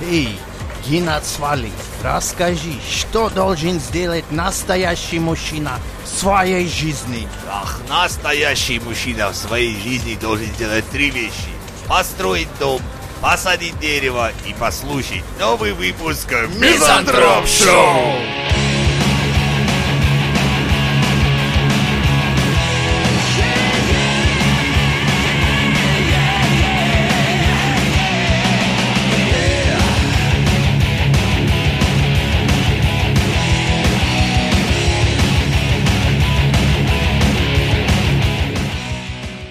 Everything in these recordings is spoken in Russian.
Эй, Геннадсвали, расскажи, что должен сделать настоящий мужчина в своей жизни? Ах, настоящий мужчина в своей жизни должен сделать три вещи. Построить дом, посадить дерево и послушать новый выпуск Мизантроп Шоу!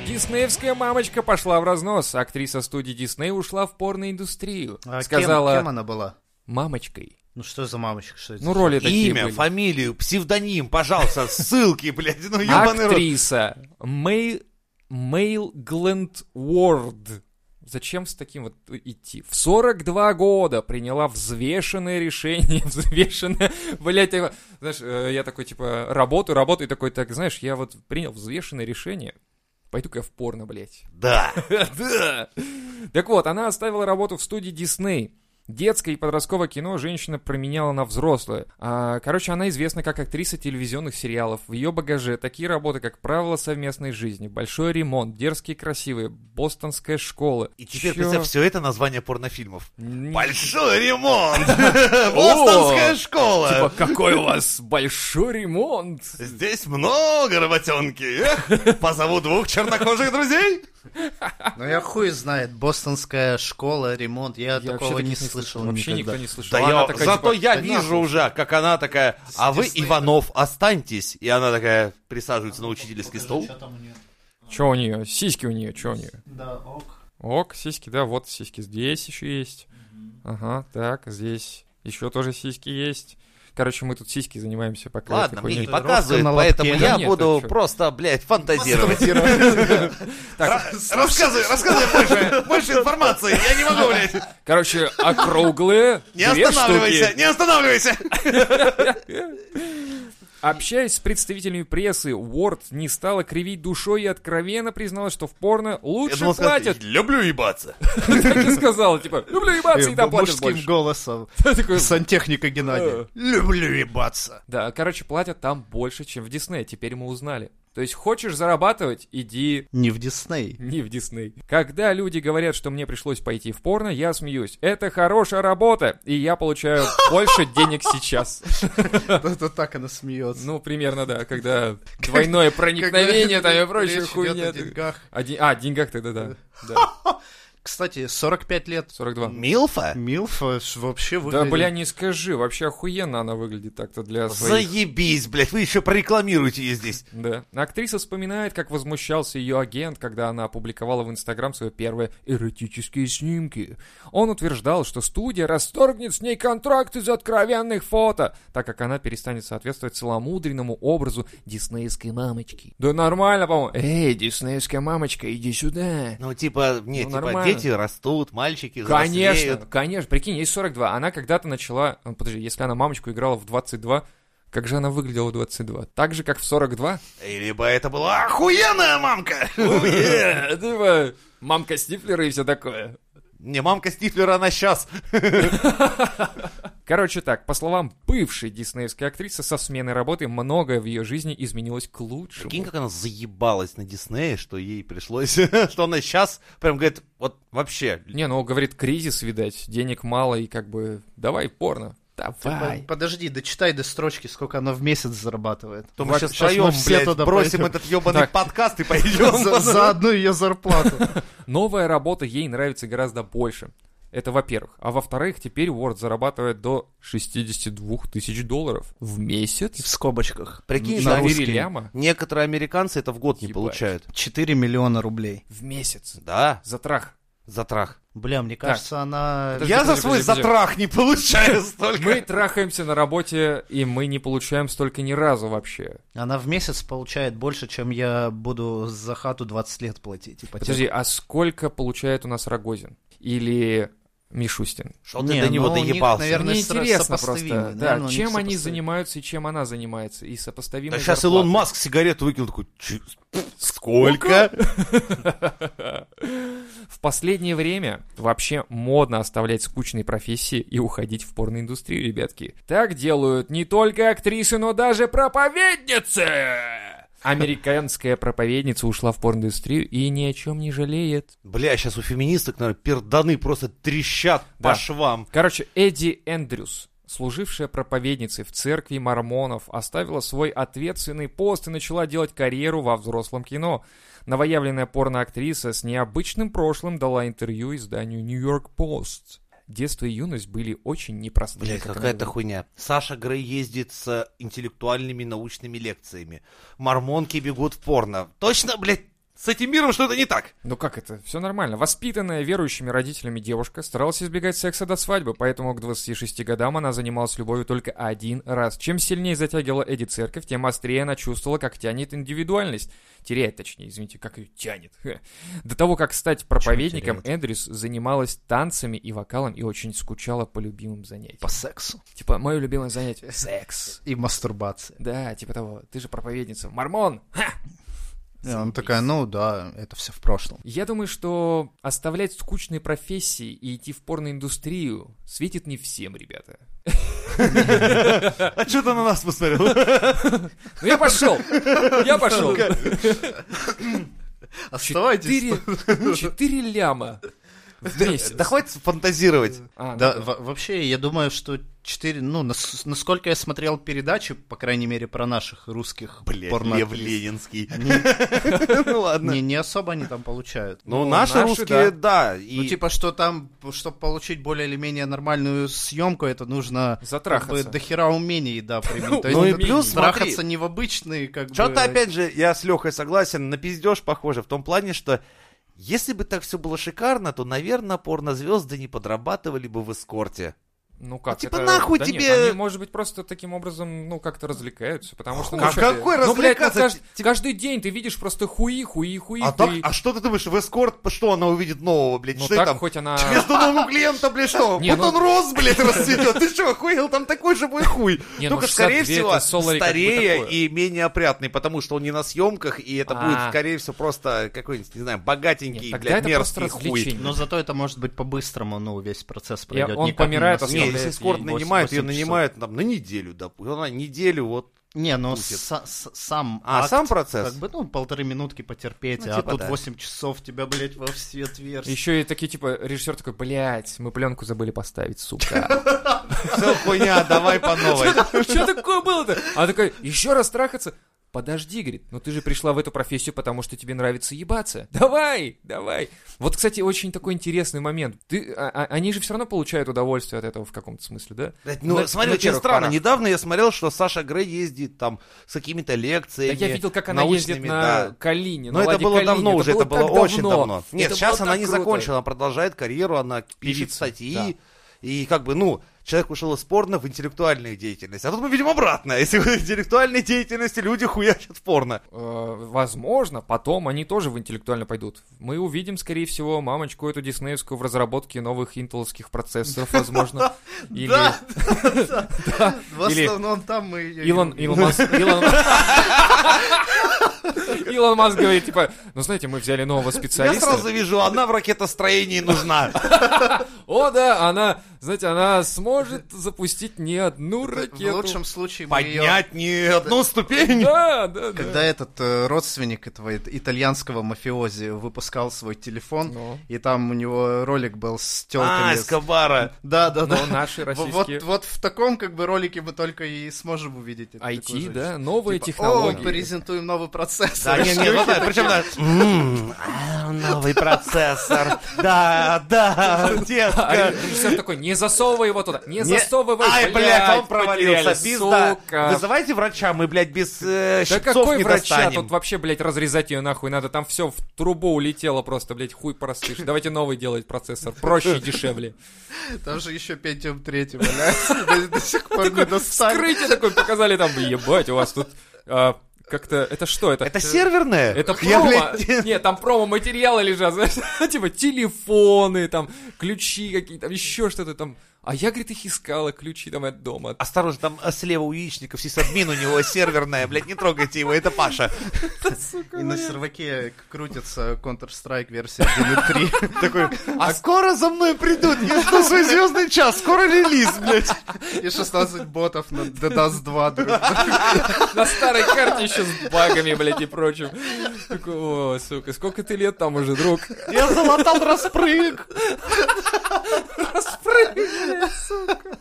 Диснеевская мамочка пошла в разнос. Актриса студии Дисней ушла в порноиндустрию. А кем- сказала Кем, она была? мамочкой. Ну что за мамочка, что это? Ну, роли такие Имя, были. фамилию, псевдоним, пожалуйста, ссылки, блядь, ну ёбаный рот. Актриса Мэй... Мэйл Гленд Уорд. Зачем с таким вот идти? В 42 года приняла взвешенное решение, взвешенное, блядь, я- знаешь, э, я такой, типа, работаю, работаю, и такой, так, знаешь, я вот принял взвешенное решение, пойду-ка я в порно, блядь. Да. Да. Так вот, она оставила работу в студии Дисней. Детское и подростковое кино женщина променяла на взрослое. А, короче, она известна как актриса телевизионных сериалов. В ее багаже такие работы, как «Правила совместной жизни», «Большой ремонт», «Дерзкие и красивые», «Бостонская школа». И теперь Чё? представь, все это название порнофильмов. Н- Большой ремонт! Бостонская школа! Типа, какой у вас большой ремонт? Здесь много работенки. Эх, позову двух чернокожих друзей. Ну я хуй знает, бостонская школа, ремонт, я, такого таких не слышал Вообще никогда. никто не слышал. Да Она я, такая, зато типа, я да вижу нахуй. уже, как она такая, а вы, Диснея. Иванов, останьтесь. И она такая присаживается на учительский стол. Чё у нее? Сиськи у нее, чё у нее? Да, ок. Ок, сиськи, да, вот сиськи здесь еще есть. Ага, так, здесь еще тоже сиськи есть. Короче, мы тут сиськи занимаемся пока. Ладно, такой мне не не- показывают, на лобке. поэтому Да я нет, буду ты чё? просто, блядь, фантазировать. Так, Рассказывай, рассказывай больше, больше информации. Я не могу, блядь. короче, округлые Не две останавливайся, штуки. не останавливайся. Общаясь с представителями прессы, Уорд не стала кривить душой и откровенно призналась, что в порно Я лучше думал сказать, платят. люблю ебаться. Так и сказала, типа, люблю ебаться, и там платят мужским больше. голосом. Я такой, Сантехника Геннадий. Э. Люблю ебаться. Да, короче, платят там больше, чем в Дисней, теперь мы узнали. То есть хочешь зарабатывать, иди Не в Дисней. Не в Дисней. Когда люди говорят, что мне пришлось пойти в порно, я смеюсь. Это хорошая работа, и я получаю больше денег сейчас. Это так она смеется. Ну, примерно, да, когда двойное проникновение там и прочая Речь идет хуйня. о деньгах. О ден- А, деньгах тогда, да. Да, Кстати, 45 лет 42. Милфа? Милфа ж вообще Да, выглядит... бля, не скажи, вообще охуенно она выглядит так-то для своих. Заебись, блядь, вы еще прорекламируете ее здесь. Да. Актриса вспоминает, как возмущался ее агент, когда она опубликовала в Инстаграм свои первые эротические снимки. Он утверждал, что студия расторгнет с ней контракт из откровенных фото, так как она перестанет соответствовать целомудренному образу диснеевской мамочки. Да нормально, по-моему. Эй, диснеевская мамочка, иди сюда. Ну, типа, нет, Ну, типа, нормально. дети растут, мальчики Конечно, взрослеют. конечно. Прикинь, ей 42. Она когда-то начала... э, Подожди, если она мамочку играла в 22, как же она выглядела в 22? Так же, как в 42? И Либо это была охуенная мамка. Э, типа, мамка Стифлера и все такое. Не, мамка Стифлера, она сейчас. Короче так, по словам бывшей диснеевской актрисы, со смены работы многое в ее жизни изменилось к лучшему. Прикинь, как она заебалась на Диснее, что ей пришлось, что она сейчас прям говорит, вот вообще, Не, ну, говорит, кризис, видать, денег мало и как бы давай порно. Типа, Ты Давай. по- Типа, Подожди, дочитай до строчки, сколько она в месяц зарабатывает. то мы Вот сейчас щас втроем, все блядь, туда бросим пойдем. этот ебаный Так. подкаст и пойдем. За, за одну ее зарплату. Новая работа ей нравится гораздо больше. Это во-первых. А во-вторых, теперь Уорд зарабатывает до 62 тысяч долларов в месяц. скобочках. Прикинь, да, На четыре русские. ляма? Некоторые американцы это в год не Ебать. получают. 4 миллиона рублей. В месяц. Да, Затрах. затрах. Бля, мне кажется, она... Подожди, Я за подожди, свой подожди, подожди. затрах не получаю столько. Мы трахаемся на работе, и мы не получаем столько ни разу вообще. Она в месяц получает больше, чем я буду за хату 20 лет платить. Типа, ипотеку. Подожди, а сколько получает у нас Рогозин? Или Мишустин? Что Не, ты до него ну, у них, доебался? наверное, Мне сра- интересно сопоставимы, просто, наверное, да, у них чем они сопоставимы. занимаются и чем она занимается, и сопоставимо. А сейчас Илон Маск сигарету выкинул, такой, «Чё, сколько? В В последнее время вообще модно оставлять скучные профессии и уходить в порноиндустрию, ребятки. Так делают не только актрисы, но даже проповедницы! Американская проповедница ушла в порноиндустрию и ни о чем не жалеет. Бля, сейчас у феминисток, наверное, перданы просто трещат Да. по швам. Короче, Эдди Эндрюс, служившая проповедницей в церкви мормонов, оставила свой ответственный пост и начала делать карьеру во взрослом кино. Новоявленная порноактриса с необычным прошлым дала интервью изданию New York Post. Детство и юность были очень непростыми. Блядь, как она какая-то говорит. хуйня. Саша Грей ездит с э, интеллектуальными научными лекциями. Мормонки бегут в порно. Точно, блядь, с этим миром что-то не так. Ну как это? Все нормально. Воспитанная верующими родителями девушка старалась избегать секса до свадьбы, поэтому к 26 годам она занималась любовью только один раз. Чем сильнее затягивала Эдди церковь, тем острее она чувствовала, как тянет индивидуальность. Теряет, точнее, извините, как ее тянет. Хе. До того, как стать проповедником, Эндрюс занималась танцами и вокалом и очень скучала по любимым занятиям. По сексу Типа, мое любимое занятие — секс. и мастурбации. Да, типа того, ты же проповедница, мормон! И она такая, ну да, это все в прошлом. Я думаю, что оставлять скучные профессии и идти в порноиндустрию светит не всем, ребята. А что ты на нас посмотрел? Ну я пошел! Я пошел! Оставайтесь. Четыре, ну, четыре ляма в месяц. Да хватит фантазировать. А, ну Да, во- вообще, я думаю, что 4, ну, нас- насколько я смотрел передачи, по крайней мере, про наших русских Блядь, порно... Лев Ленинский. Не, Ну ладно. не- не особо они там получают. Ну, Ну, наши наши, русские, да. и- Ну, типа, что там, чтобы получить более или менее нормальную съемку, это нужно Затрахаться. как бы, до хера умений, да, применить. То Ну есть и плюс, трахаться смотри. не в обычные, как бы... Что-то, опять же, я с Лехой согласен, на пиздеж похоже, в том плане, что если бы так все было шикарно, то, наверное, порнозвезды не подрабатывали бы в эскорте. Ну как? типа это- нахуй да нет, тебе- они, может быть, просто таким образом, ну, как-то развлекаются, потому что... Хуй, ну, а чё какой ты- ну, блядь, ну, развлекаться? кажд- Каждый день ты видишь просто хуи, хуи, хуи. А, ты- так, а что ты думаешь, в эскорт, что она увидит нового, блядь? Ну что так там? хоть она... Вместо нового клиента, блядь, что? Не, вот ну- он рос, блядь, расцветет. Ты что, охуел? Там такой же мой хуй. Не, ну, Только, скорее 62 всего, это Солари как бы старее такое. и менее опрятный, потому что он не на съемках, и это А. будет, скорее всего, просто какой-нибудь, не знаю, богатенький, Нет, тогда блядь, это просто мерзкий хуй. развлечение. Но зато это может быть по-быстрому, ну, весь процесс Я- пройдет. никак он не помирает, на а съемке. Не, Оставляет если эскорт ей нанимает, ее 8 часов. нанимают там на неделю, допустим. Она неделю вот. Не, ну Тусит. са- с- сам А, акт, сам процесс? Как бы, ну, полторы минутки потерпеть, Ну, а типа тут да. 8 часов тебя, блядь, во все отверстия. Еще и такие, типа, режиссер такой, блядь, мы пленку забыли поставить, сука. Все, хуйня, давай по новой. Что такое было-то? Она такая, еще раз трахаться? Подожди, говорит, но ты же пришла в эту профессию, потому что тебе нравится ебаться. Давай, давай. Вот, кстати, очень такой интересный момент. Ты, а- а- они же все равно получают удовольствие от этого в каком-то смысле, да? Блядь, Ну, На- смотри, на очень первых странно. порах. Недавно я смотрел, что Саша Грей ездит там с какими-то Да лекциями. я видел, как она ездит научными, на да. Калине. Но на это Ладе было Калине. давно уже, ну, это было так очень давно. Нет, Это сейчас было она так не круто. закончила, она продолжает карьеру, она пишет Певица, статьи. да. И как бы, ну, человек ушел из порно в интеллектуальную деятельность. А тут мы видим обратное. Если в интеллектуальной деятельности люди хуячат в порно. Э, возможно, потом они тоже в интеллектуально пойдут. Мы увидим, скорее всего, мамочку эту диснеевскую в разработке новых интеловских процессоров, возможно. Или Да, В Или- основном там мы... её Илон, и- Илон Маск, Илон... Илон Маск говорит, типа, ну знаете, мы взяли нового Я специалиста. сразу вижу, она в ракетостроении нужна. О, да, она, знаете, она сможет запустить не одну ракету. В лучшем случае мы её- Поднять не одну ступень. Да, да, да. Когда этот э, родственник этого ит- итальянского мафиози выпускал свой телефон, Ну. и там у него ролик был с А, телками. Эскобара. Да, да, Но да. наши Вот, Ну, российские вот в таком как бы ролике мы только и сможем увидеть. это такое IT, же. да, новые Типа, О, технологии. презентуем новый процесс. Да, не, не, ну да, причем да. «М, а, Новый процессор. Да, да, А детка. режиссер такой, не засовывай его туда, не, Не- засовывай, Ай, блядь, он провалился, потеряли, пизда. сука. Вызывайте врача, мы, блядь, без э, Да щипцов какой не врача достанем. тут вообще, блядь, разрезать ее нахуй надо, там все в трубу улетело просто, блядь, хуй простышь. Давайте новый делать процессор, проще и дешевле. Там же еще Пентиум 3 валяется, до- до сих пор не достали. Вскрытие такое показали там, ебать, у вас тут а, как-то, это что это? Это серверное? Это Я, промо, блядь, не- нет, там промо-материалы лежат, знаешь, типа телефоны, там ключи какие-то, там еще что-то там. А я, говорит, их искала, ключи там от дома. Осторожно, там э, слева у яичников сисадмин, у него серверная, блядь, не трогайте его, это Паша. И на серваке крутится Counter-Strike версия 1.3. Такой, а скоро за мной придут, я жду свой звездный час, скоро релиз, блядь. И 16 ботов на DDoS 2. друг. На старой карте еще с багами, блядь, и прочим. Такой, о, сука, сколько ты лет там уже, друг? Я залатал распрыг. Распрыгивай, сука.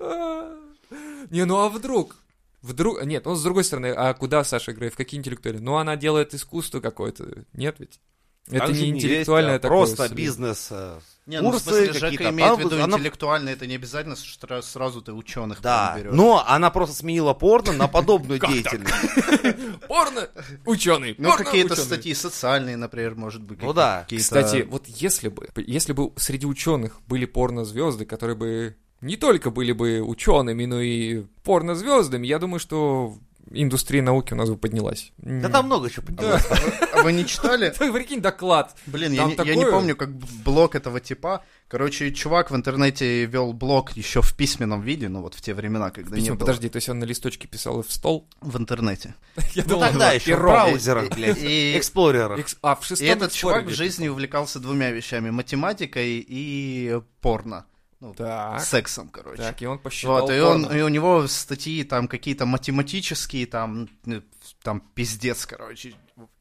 А. Не, ну а вдруг? Вдруг... Нет, ну с другой стороны, а куда Саша играет? В какие интеллектуальные? Ну она делает искусство какое-то. Нет ведь? Это Там же не есть, интеллектуальное а такое. Просто средство. бизнес. э, Не, ну в курсы смысле, Жека какие-то, имеет в там, виду она- интеллектуально, это не обязательно, что сра- сразу ты ученых Да, берешь. но она просто сменила порно на подобную Как так? деятельность. Порно! Ученый! Ну, какие-то статьи социальные, например, может быть. Ну да. какие-то- Кстати, вот если бы, если бы среди ученых были порнозвезды, которые бы не только были бы учеными, но и порнозвездами, я думаю, что индустрия науки у нас бы поднялась. Да там много чего поделать. А вы не читали? Ты прикинь, доклад. Блин, я, Там не- я не такое. помню, как блог этого типа. Короче, чувак в интернете вел блог еще в письменном виде, ну вот в те времена, когда не Письма, было. подожди, то есть он на листочке писал и в стол? В интернете. Я Ну тогда было еще в пером. браузерах, блядь, И- эксплорерах. Экс- А, в шестом И этот чувак в эксплорере. жизни увлекался двумя вещами. Математикой и порно. Ну, Так, сексом, короче. так, и он посчитал Вот, и, он, порно. и у него статьи там какие-то математические, там, э, там пиздец, короче,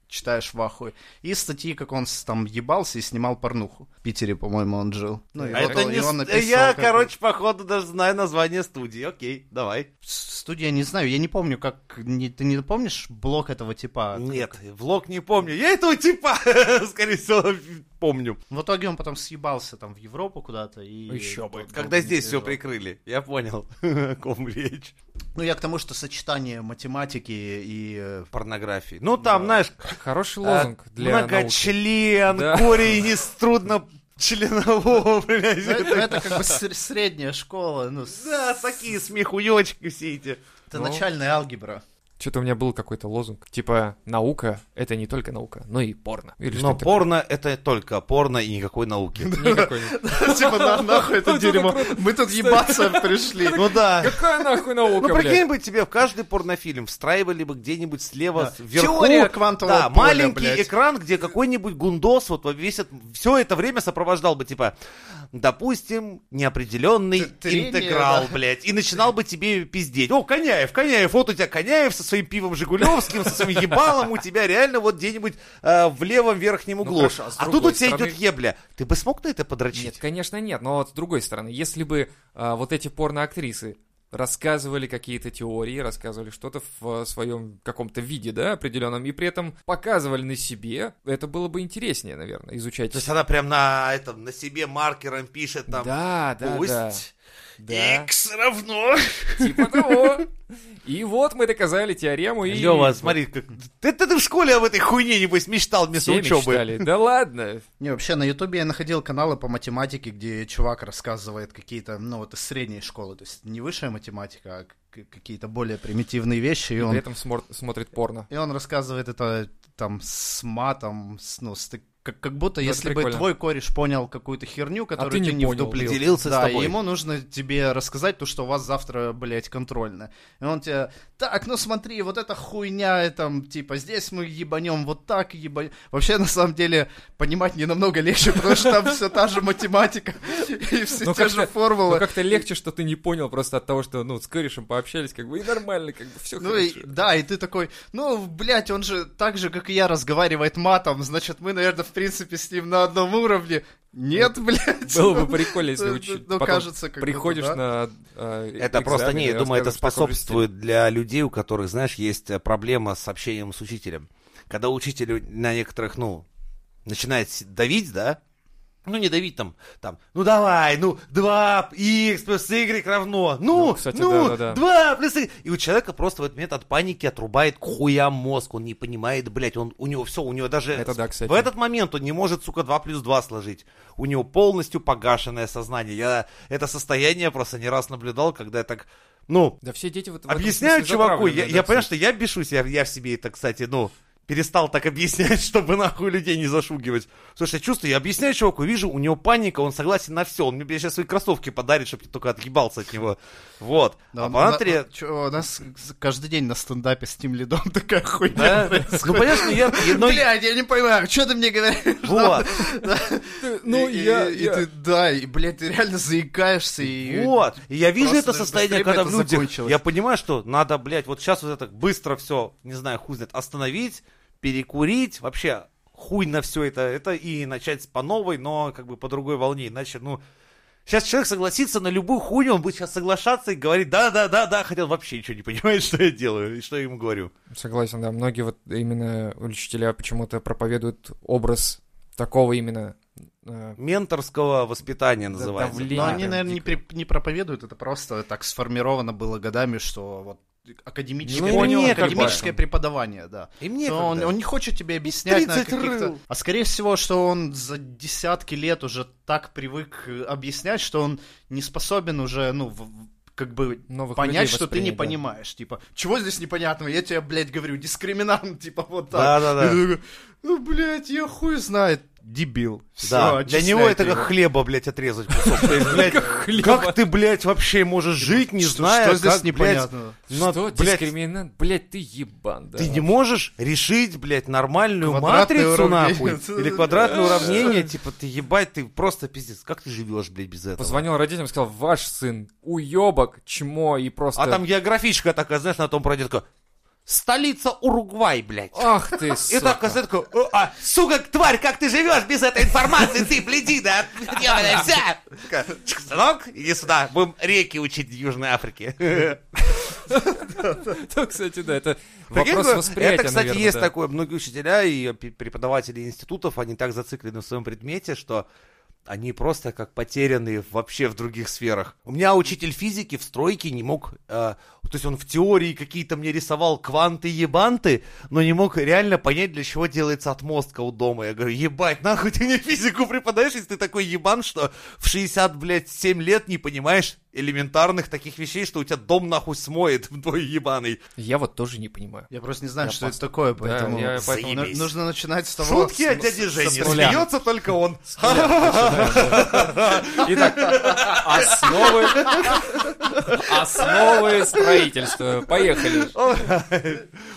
читаешь в ахуе. И статьи, как он с- там ебался и снимал порнуху. В Питере, по-моему, он жил. Ну, и А вот это он- не... и он ст- написал, Я, как- короче, походу даже знаю название студии. Окей, давай. с- Студия, не знаю, я не помню, как... не- ты не помнишь блок этого типа? Нет, влог не помню. Я этого типа, скорее всего, помню. В итоге он потом съебался там в Европу куда-то и... Еще бы. долго Когда не здесь все лежал. прикрыли. Я понял, о ком речь. Ну, я к тому, что сочетание математики и... э, Порнографии. Ну, там, знаешь, Хороший лозунг э, для науки. многочлен, Да. корень из трудно членового, блядь. ну, Это это как бы ср- средняя школа, ну, с- Да, такие смехуёчки все эти. это Ну. начальная алгебра. Что-то у меня был какой-то лозунг, типа «наука — это не только наука, но и порно». Или Но что-то порно это только порно и никакой науки. такое. Никакой не- Типа, на- нахуй это Вот это дерево. Мы тут ебаться пришли. Ну да. Какая нахуй наука, Ну блядь? прикинь бы тебе в каждый порнофильм встраивали бы где-нибудь слева Да. вверху. Теория квантового да, поля, маленький блядь. экран, где какой-нибудь гундос вот весь все это время сопровождал бы типа, допустим, неопределенный Т- трение, интеграл, да. блядь, и начинал бы тебе пиздеть. О, Коняев, Коняев, вот у тебя Коняев со своим пивом Жигулевским, со своим ебалом у тебя реально вот где-нибудь э, в левом верхнем углу. хорошо, а с а тут у другой тебя стороны- идет ебля. Ты бы смог на это подрочить? Нет, конечно, нет. Но вот с другой стороны, если бы а, вот эти порноактрисы рассказывали какие-то теории, рассказывали что-то в а, своем каком-то виде, да, определенном, и при этом показывали на себе, это было бы интереснее, наверное, изучать. То есть она прям на этом на себе маркером пишет там. да, да, Пусть да. Да, X равно. типа того. И вот мы доказали теорему. и... Лёва, смотри, как... Ты, ты- ты в школе об этой хуйне, небось, мечтал вместо Все учебы. мечтали. Да ладно. Не, вообще, на Ютубе я находил каналы по математике, где чувак рассказывает какие-то, ну, вот из средней школы, то есть не высшая математика, а к- какие-то более примитивные вещи, и И он, при этом смор- смотрит порно. и он рассказывает это там с матом, с, ну, с так- как, как будто Это если бы прикольно. А твой кореш понял какую-то херню, которую ты ты, не не понял. вдуплил. Делился с да, тобой. и ему нужно тебе рассказать то, что у вас завтра, блядь, контрольно. И он тебе, так, ну смотри, вот эта хуйня, и там, типа, здесь мы ебанем, вот так ебанем. Вообще, на самом деле, понимать не намного легче, потому что там все та же математика и все Ну, те как-то- же Ну, формулы. как-то легче, что ты не понял просто от того, что, ну, с корешем пообщались, как бы, и нормально, как бы, все Ну, и, хорошо. да, и ты такой, ну, блядь, он же так же, как и я, разговаривает матом, значит, мы, наверное, в принципе, с ним на одном уровне. Нет, блядь. Было бы прикольно, если Ну, учить. ну, Потом кажется, как будто, приходишь да. на э, Это экзамене просто, не, и я думаю, это рассказываешь в таком же стиле. способствует для людей, у которых, знаешь, есть э, проблема с общением с учителем. Когда учитель на некоторых, ну, начинает с- давить, да, ну, не давить там, там, ну, давай, ну, 2 x плюс y равно, ну, ну, Ну, кстати, ну да-да-да. 2 плюс y. И у человека просто в этот момент от паники отрубает к хуям мозг, он не понимает, блядь, он, у него все, у него даже Это да, кстати. в этот момент он не может, сука, 2 плюс 2 сложить. У него полностью погашенное сознание. Я это состояние просто не раз наблюдал, когда я так, ну, Да все дети вот в этом объясняю смысле чуваку, я, затравленные, я да, понимаю, все. что я бешусь, я, я в себе это, кстати, ну, перестал так объяснять, чтобы нахуй людей не зашугивать. Слушай, я чувствую, я объясняю чуваку, вижу, у него паника, он согласен на все. Он мне блядь, сейчас свои кроссовки подарит, чтобы я только отъебался от него. Вот. Да, а у по нас- натри- Ну, чё, у нас каждый день на стендапе с Тим Лидом такая хуйня. Да? Ну, понятно, я... я- но- Блядь, я не понимаю, что ты мне говоришь? Вот. Ну, И- и- я... И я- ты, да, и, блядь, ты реально заикаешься и... Вот. И я вижу Просто это даже состояние, быстрее бы когда это в людях. закончилось. Я понимаю, что надо, блядь, вот сейчас вот это быстро все, не знаю, хуй знает, остановить, перекурить, вообще хуй на все это, это и начать с по новой, но как бы по другой волне, иначе, ну, Сейчас человек согласится на любую хуйню, он будет сейчас соглашаться и говорить «да-да-да-да», хотя он вообще ничего не понимает, что я делаю и что я ему говорю. Согласен, да. Многие вот именно учителя почему-то проповедуют образ такого именно... э, Менторского воспитания называется. Ну, давление. Но они, Да, наверное, не, дико. при- не проповедуют, это просто так сформировано было годами, что вот академическое, Ну, мне как бы. академическое преподавание, да. И мне Но он, когда? он не хочет тебе объяснять на 30 каких-то... рыл. А скорее всего, что он за десятки лет уже так привык э, объяснять, что он не способен уже, ну, в- в- как бы Новых людей понять, что ты не воспринять, да. понимаешь. Типа, чего здесь непонятного? Я тебе, блядь, говорю, дискриминант, типа, вот так. Да-да-да. И ты такой, Ну, блядь, я хуй знает. Дебил. Да, Всё, для отчисляйте него это его. как хлеба, блядь, отрезать кусок. То есть, блядь, Как ты, блядь, вообще можешь жить, не Типа, Что- зная, что здесь как, блядь, непонятного? ну, Что, блядь, дискриминант? Блядь, ты ебан, да. Ты не можешь решить, блядь, нормальную Квадратное матрицу, нахуй. уравнение. Или квадратное уравнение, типа, ты ебать, ты просто пиздец. Как ты живешь, блядь, без этого? Позвонил родителям, сказал, ваш сын уебок, чмо и просто... А там географичка такая, знаешь, на том пройдет такая, столица Уругвай, блядь. Ах ты, И так сука. кассетка, «О, а, сука, тварь, как ты живешь без этой информации, ты блядина, ебаная вся. Такая, «Чик, Сынок, иди сюда, будем реки учить в Южной Африке. Да, Кстати, да, это Прикинь, вопрос ну, восприятия, Это, кстати, наверное, есть да. такое. Многие учителя и пе- преподаватели институтов, они так зациклены в своем предмете, что они просто как потерянные вообще в других сферах. У меня учитель физики в стройке не мог... э, то есть он в теории какие-то мне рисовал кванты-ебанты, но не мог реально понять, для чего делается отмостка у дома. Я говорю, ебать, нахуй ты мне физику преподаешь, если ты такой ебан, что в 60, блядь, 7 лет не понимаешь элементарных таких вещей, что у тебя дом нахуй смоет, твой ебаный. Я вот тоже не понимаю. Я просто не знаю, что это такое, поэтому... я поэтому- Ну, Заебись. Нужно начинать с того... Шутки от дяди Жени. с нуля. Смеется только он. Итак, основы... Основы строительства. Поехали.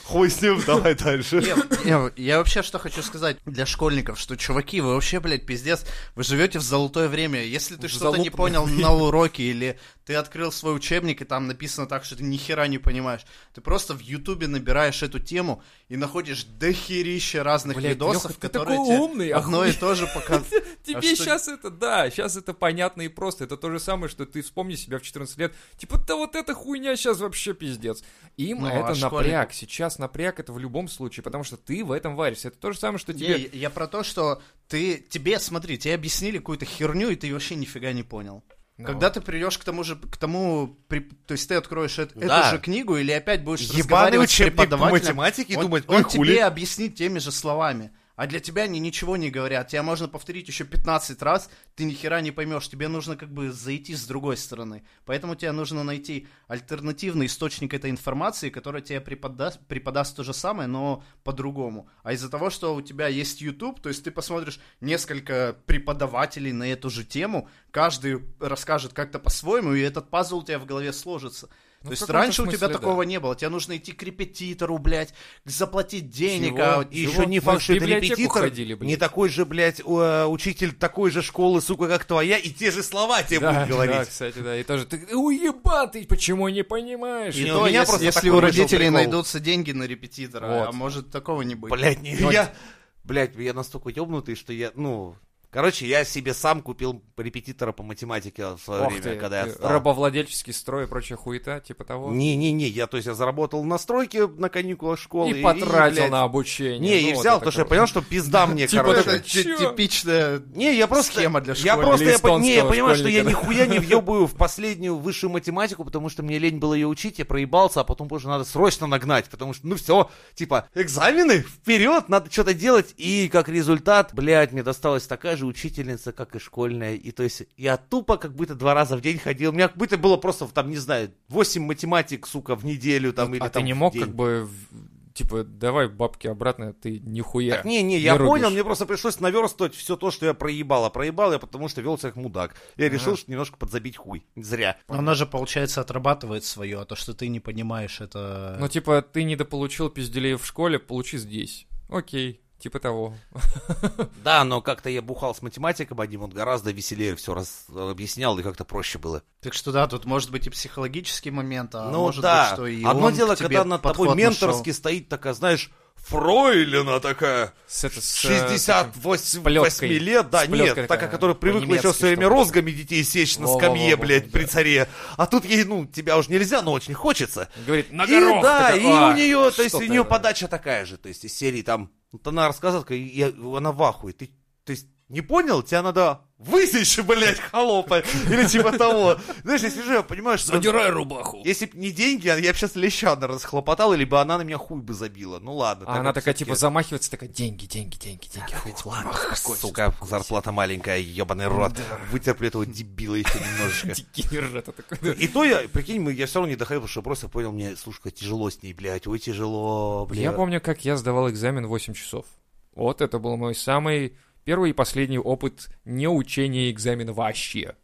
Хуй с ним, давай дальше. Я, Эм, я вообще что хочу сказать для школьников, что, чуваки, вы вообще, блядь, пиздец, вы живете в золотое время. Если ты В что-то не залупанное понял на уроке, или ты открыл свой учебник, и там написано так, что ты ни хера не понимаешь, ты просто в Ютубе набираешь эту тему и находишь дохерища разных Блядь, видосов, Лёха, ты которые такой тебе умный, одно и то же показывают. Тебе А что- сейчас это, да, сейчас это понятно и просто. Это то же самое, что ты вспомни себя в 14 лет. Типа, да вот эта хуйня сейчас вообще пиздец. Им Ну, а это школьник- напряг. Сейчас напряг это в любом случае, потому что ты в этом варишься. Это то же самое, что Не, тебе... я- я про то, что ты, тебе, смотри, тебе объяснили какую-то херню, и ты вообще нифига не понял. Ну. Когда ты придешь к тому же, к тому, при- то есть ты откроешь эт- эту Да. же книгу, или опять будешь Ебаный разговаривать с учебник по преподавателем, математике и он, думать, ну он и тебе хули. объяснит теми же словами. А для тебя они ничего не говорят. Тебя можно повторить еще 15 раз, ты ни хера не поймешь. Тебе нужно как бы зайти с другой стороны. Поэтому тебе нужно найти альтернативный источник этой информации, который тебе преподаст, преподаст то же самое, но по-другому. А из-за того, что у тебя есть YouTube, то есть ты посмотришь несколько преподавателей на эту же тему, каждый расскажет как-то по-своему, и этот пазл у тебя в голове сложится. то Ну, в есть каком-то раньше у тебя смысле, да. такого не было. Тебе нужно идти к репетитору, блядь, заплатить денег, Чего? а И Чего? еще не Мы факт, в что это библиотеку репетитор, ходили, блядь. не такой же, блядь, у- э, учитель такой же школы, сука, как твоя, и те же слова тебе Да, будет да, говорить. кстати, да. И тоже ты уебан, ты почему не понимаешь? И Не, то, у меня если, просто если такой у вышел родителей прикол. найдутся деньги на репетитора, а Вот. может такого не будет. Блядь, не, Но- я... Блядь, я настолько ёбнутый, что я, ну... Короче, я себе сам купил репетитора по математике в свое Ох время, ты, когда я э, отстал. рабовладельческий строй и прочая хуета, типа того. Не-не-не, я, то есть, я заработал на стройке на каникулах школы. и потратил блядь, на обучение. Не, Ну, и вот взял, это потому что я короче. понял, что пизда мне, Типа Вот короче. это ти- Чё? типичная Не, я просто... Схема для я школьника. просто, Для я, по- не, я эстонского понимаю, что я школьника, нихуя не въебаю в последнюю высшую математику, потому что мне лень было ее учить, я проебался, а потом позже надо срочно нагнать, потому что, ну все, типа, экзамены, вперед, надо что-то делать, и как результат, блядь, мне досталась такая же учительница, как и школьная, и то есть я тупо как будто два раза в день ходил, у меня как будто было просто, там, не знаю, 8 математик, сука, в неделю, там, или а там ты не в мог день. как бы в- типа, давай бабки обратно, ты нихуя Так, не, не, я рубишь. понял, мне просто пришлось наверстывать все то, что я проебал. А проебал я потому, что вел всех мудак. Я решил, что немножко подзабить хуй. Зря. Но она же, получается, отрабатывает свое, а то, что ты не понимаешь, это... Ну, типа, ты недополучил пизделей в школе, получи здесь. Окей, типа того. Да, но как-то я бухал с математиком одним, он гораздо веселее все раз э, объяснял, и как-то проще было. Так что да, тут может быть и психологический момент, а ну может да, быть, что и одно он дело, к тебе когда над тобой подход нашел. менторски стоит такая, знаешь, Фройлина такая, С это- с, э, 68 плеткой. лет, да, С плеткой нет, такая, такая, которая привыкла еще по-немецки, своими чтобы. розгами детей сечь на Во-во-во-во, скамье, блядь, при да. царе. А тут ей, ну, тебя уже нельзя, но очень хочется. Говорит, на И горох! да, Такая, и «А, у нее, то что есть у ты?» нее подача такая же, то есть из серии там, вот она рассказывает, как я- она в ахуе, ты, то есть не понял, тебя надо высечь, блядь, холопа, или типа того. Знаешь, я сижу, я понимаю, что... Задирай рубаху. Если б не деньги, а я бы сейчас леща на расхлопотал, или бы она на меня хуй бы забила. Ну ладно. А она такая, типа, замахивается, такая, деньги, деньги, деньги, деньги. Ах, ладно, успокойся, Сука, зарплата маленькая, ебаный рот. Вытерплю этого дебила еще немножечко. Дегенер это а такой. да. И то я, прикинь, мы- я все равно не доходил, потому что просто понял, мне, слушай, как тяжело с ней, блядь, ой, тяжело, блядь. Я помню, как я сдавал экзамен 8 часов. Вот это был мой самый первый и последний опыт не учения экзамена вообще.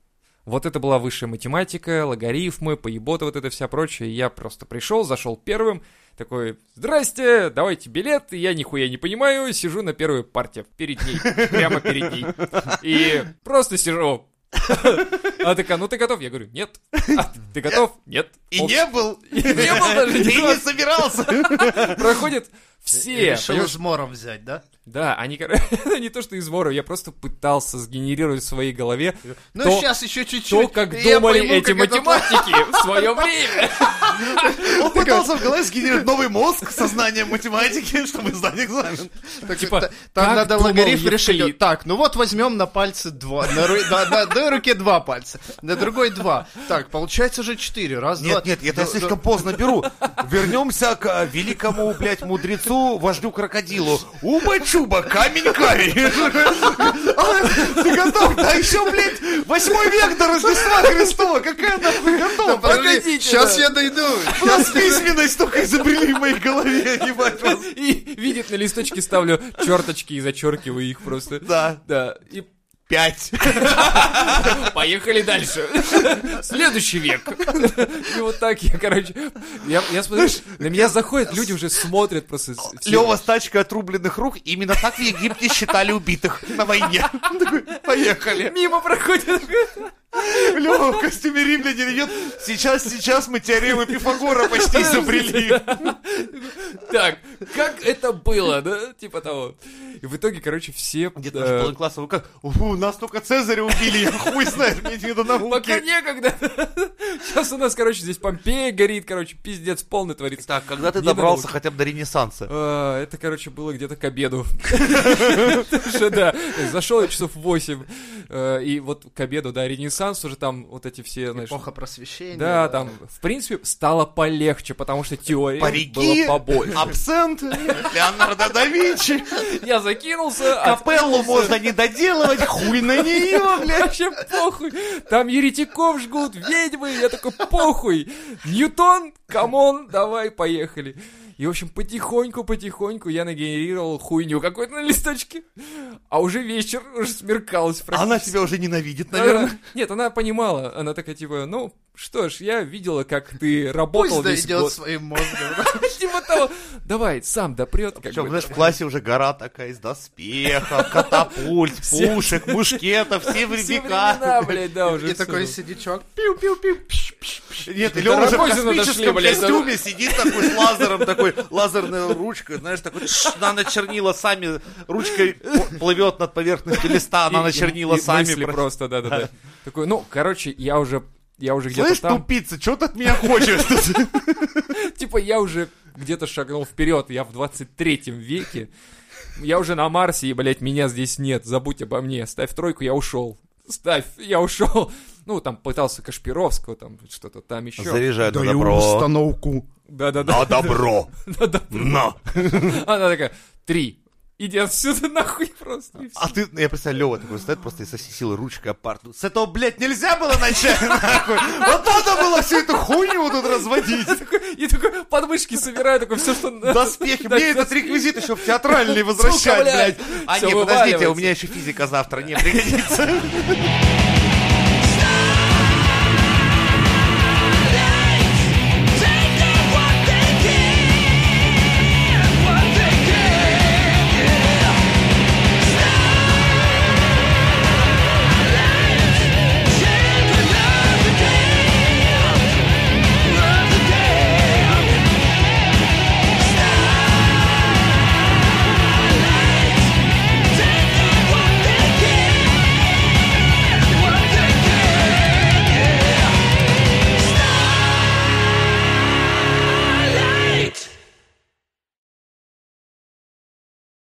Вот это была высшая математика, логарифмы, поебота, вот это вся прочее. Я просто пришел, зашел первым, такой, здрасте, давайте билет, И я нихуя не понимаю, сижу на первой парте, перед ней, прямо перед ней. И просто сижу. Она такая, ну ты готов? Я говорю, нет. «А ты готов? Нет. И Ок. не был. И не был даже, И не нет. собирался. Проходит все. Решил понимаешь? измором взять, да? Да, они, кор- это не то, что из мора, я просто пытался сгенерировать в своей голове Ну то, сейчас еще чуть-чуть. то, как и я думали пойму, эти как это математики в свое время. Он пытался в голове сгенерировать новый мозг со знанием математики, чтобы сдать экзамен. Так, Типа, та- как там надо думал логарифм Евклид? решить. Так, ну вот возьмем на пальцы два. На, ру- на- на одной руке два пальца, на другой два. Так, получается же четыре. Раз, два. Нет, нет, это я Да- слишком поздно беру. Вернемся к э, великому, блядь, мудрецу, вождю крокодилу. Уба-чуба, камень-камень. А, Ты готов? Да еще, блядь, восьмой век до Рождества Христова. Какая нахуй Да, готова? подожди, сейчас я дойду. У нас письменность только изобрели в моей голове, ебать. просто. И видит на листочке ставлю черточки и зачеркиваю их просто. Да, Да, и пять. поехали дальше. Следующий век. И вот так я, короче, я, я смотрю, на меня заходят, люди уже смотрят просто. с- все. Лева с тачкой отрубленных рук. Именно так в Египте считали убитых на войне. Он такой, Поехали. Мимо проходят. Лёва в костюме римлянин идет. Сейчас, сейчас мы теорему Пифагора почти изобрели. Так, как это было, да? Типа того. И в итоге, короче, все... Где-то э, наш полный класс, «Вы как, у нас только Цезаря убили, я хуй знает, мне не до Пока науки. некогда. Сейчас у нас, короче, здесь Помпея горит, короче, пиздец полный творится. Так, когда ты Не добрался науки. хотя бы до Ренессанса? А, Это, короче, было где-то к обеду. Потому что, да, зашел я часов 8. И вот к обеду, да, Ренессанс уже там вот эти все, знаешь... Эпоха просвещения. Да, там, в принципе, стало полегче, потому что теории Парики, было побольше. абсент, Леонардо да Винчи, Я закинулся, а капеллу можно не доделывать, хуй на нее, блядь. Вообще похуй. Там еретиков жгут, ведьмы. Я такой, похуй. Ньютон, камон, давай, поехали. И, в общем, потихоньку-потихоньку я нагенерировал хуйню какой-то на листочке. А уже вечер, уже смеркалось Она практически. тебя уже ненавидит, наверное. Она- Нет, она понимала. Она такая, типа, ну, что ж, я видела, как ты работал Пусть весь дойдет год. своим мозгом. Типа того, давай, сам допрет. как Причем, бы. знаешь, в классе уже гора такая из доспехов, катапульт, Все- пушек, мушкетов, все Все времена. времена, блядь, да, уже. И всё. такой сидячок. Нет, До или он уже в Рогозина дошли, космическом блядь, костюме сидит такой с лазером, такой лазерной ручкой, знаешь, такой тш, наночернила сами, ручкой пл- плывет над поверхностью листа, И- и- наночернила и сами. мысли про- просто, да, да, да. Такой, ну, короче, я уже, я уже где-то Слышь, там, тупица, что ты от меня хочешь? типа, я уже где-то шагнул вперед, я в 23 веке, я уже на Марсе, и, блядь, меня здесь нет, забудь обо мне, ставь тройку, я ушел, ставь, я ушел. Ну, там пытался Кашпировского, там что-то там еще. Заряжай на установку. Да-да-да. На добро. Да-да. На. Она такая, три, Иди отсюда нахуй просто. и всё. А ты, ну, я представляю, Лева такой стоит, просто и со всей силы ручкой об парту. С этого, блядь, нельзя было начать, нахуй. Вот надо было всю эту хуйню вот тут разводить. Я такой, я такой подмышки собираю, такой все, что надо. Доспехи, Да, мне этот доспехи. реквизит еще в театральный возвращать, Сука, блядь. блядь. А Всё не, подождите, у вываливается. меня еще физика завтра не пригодится.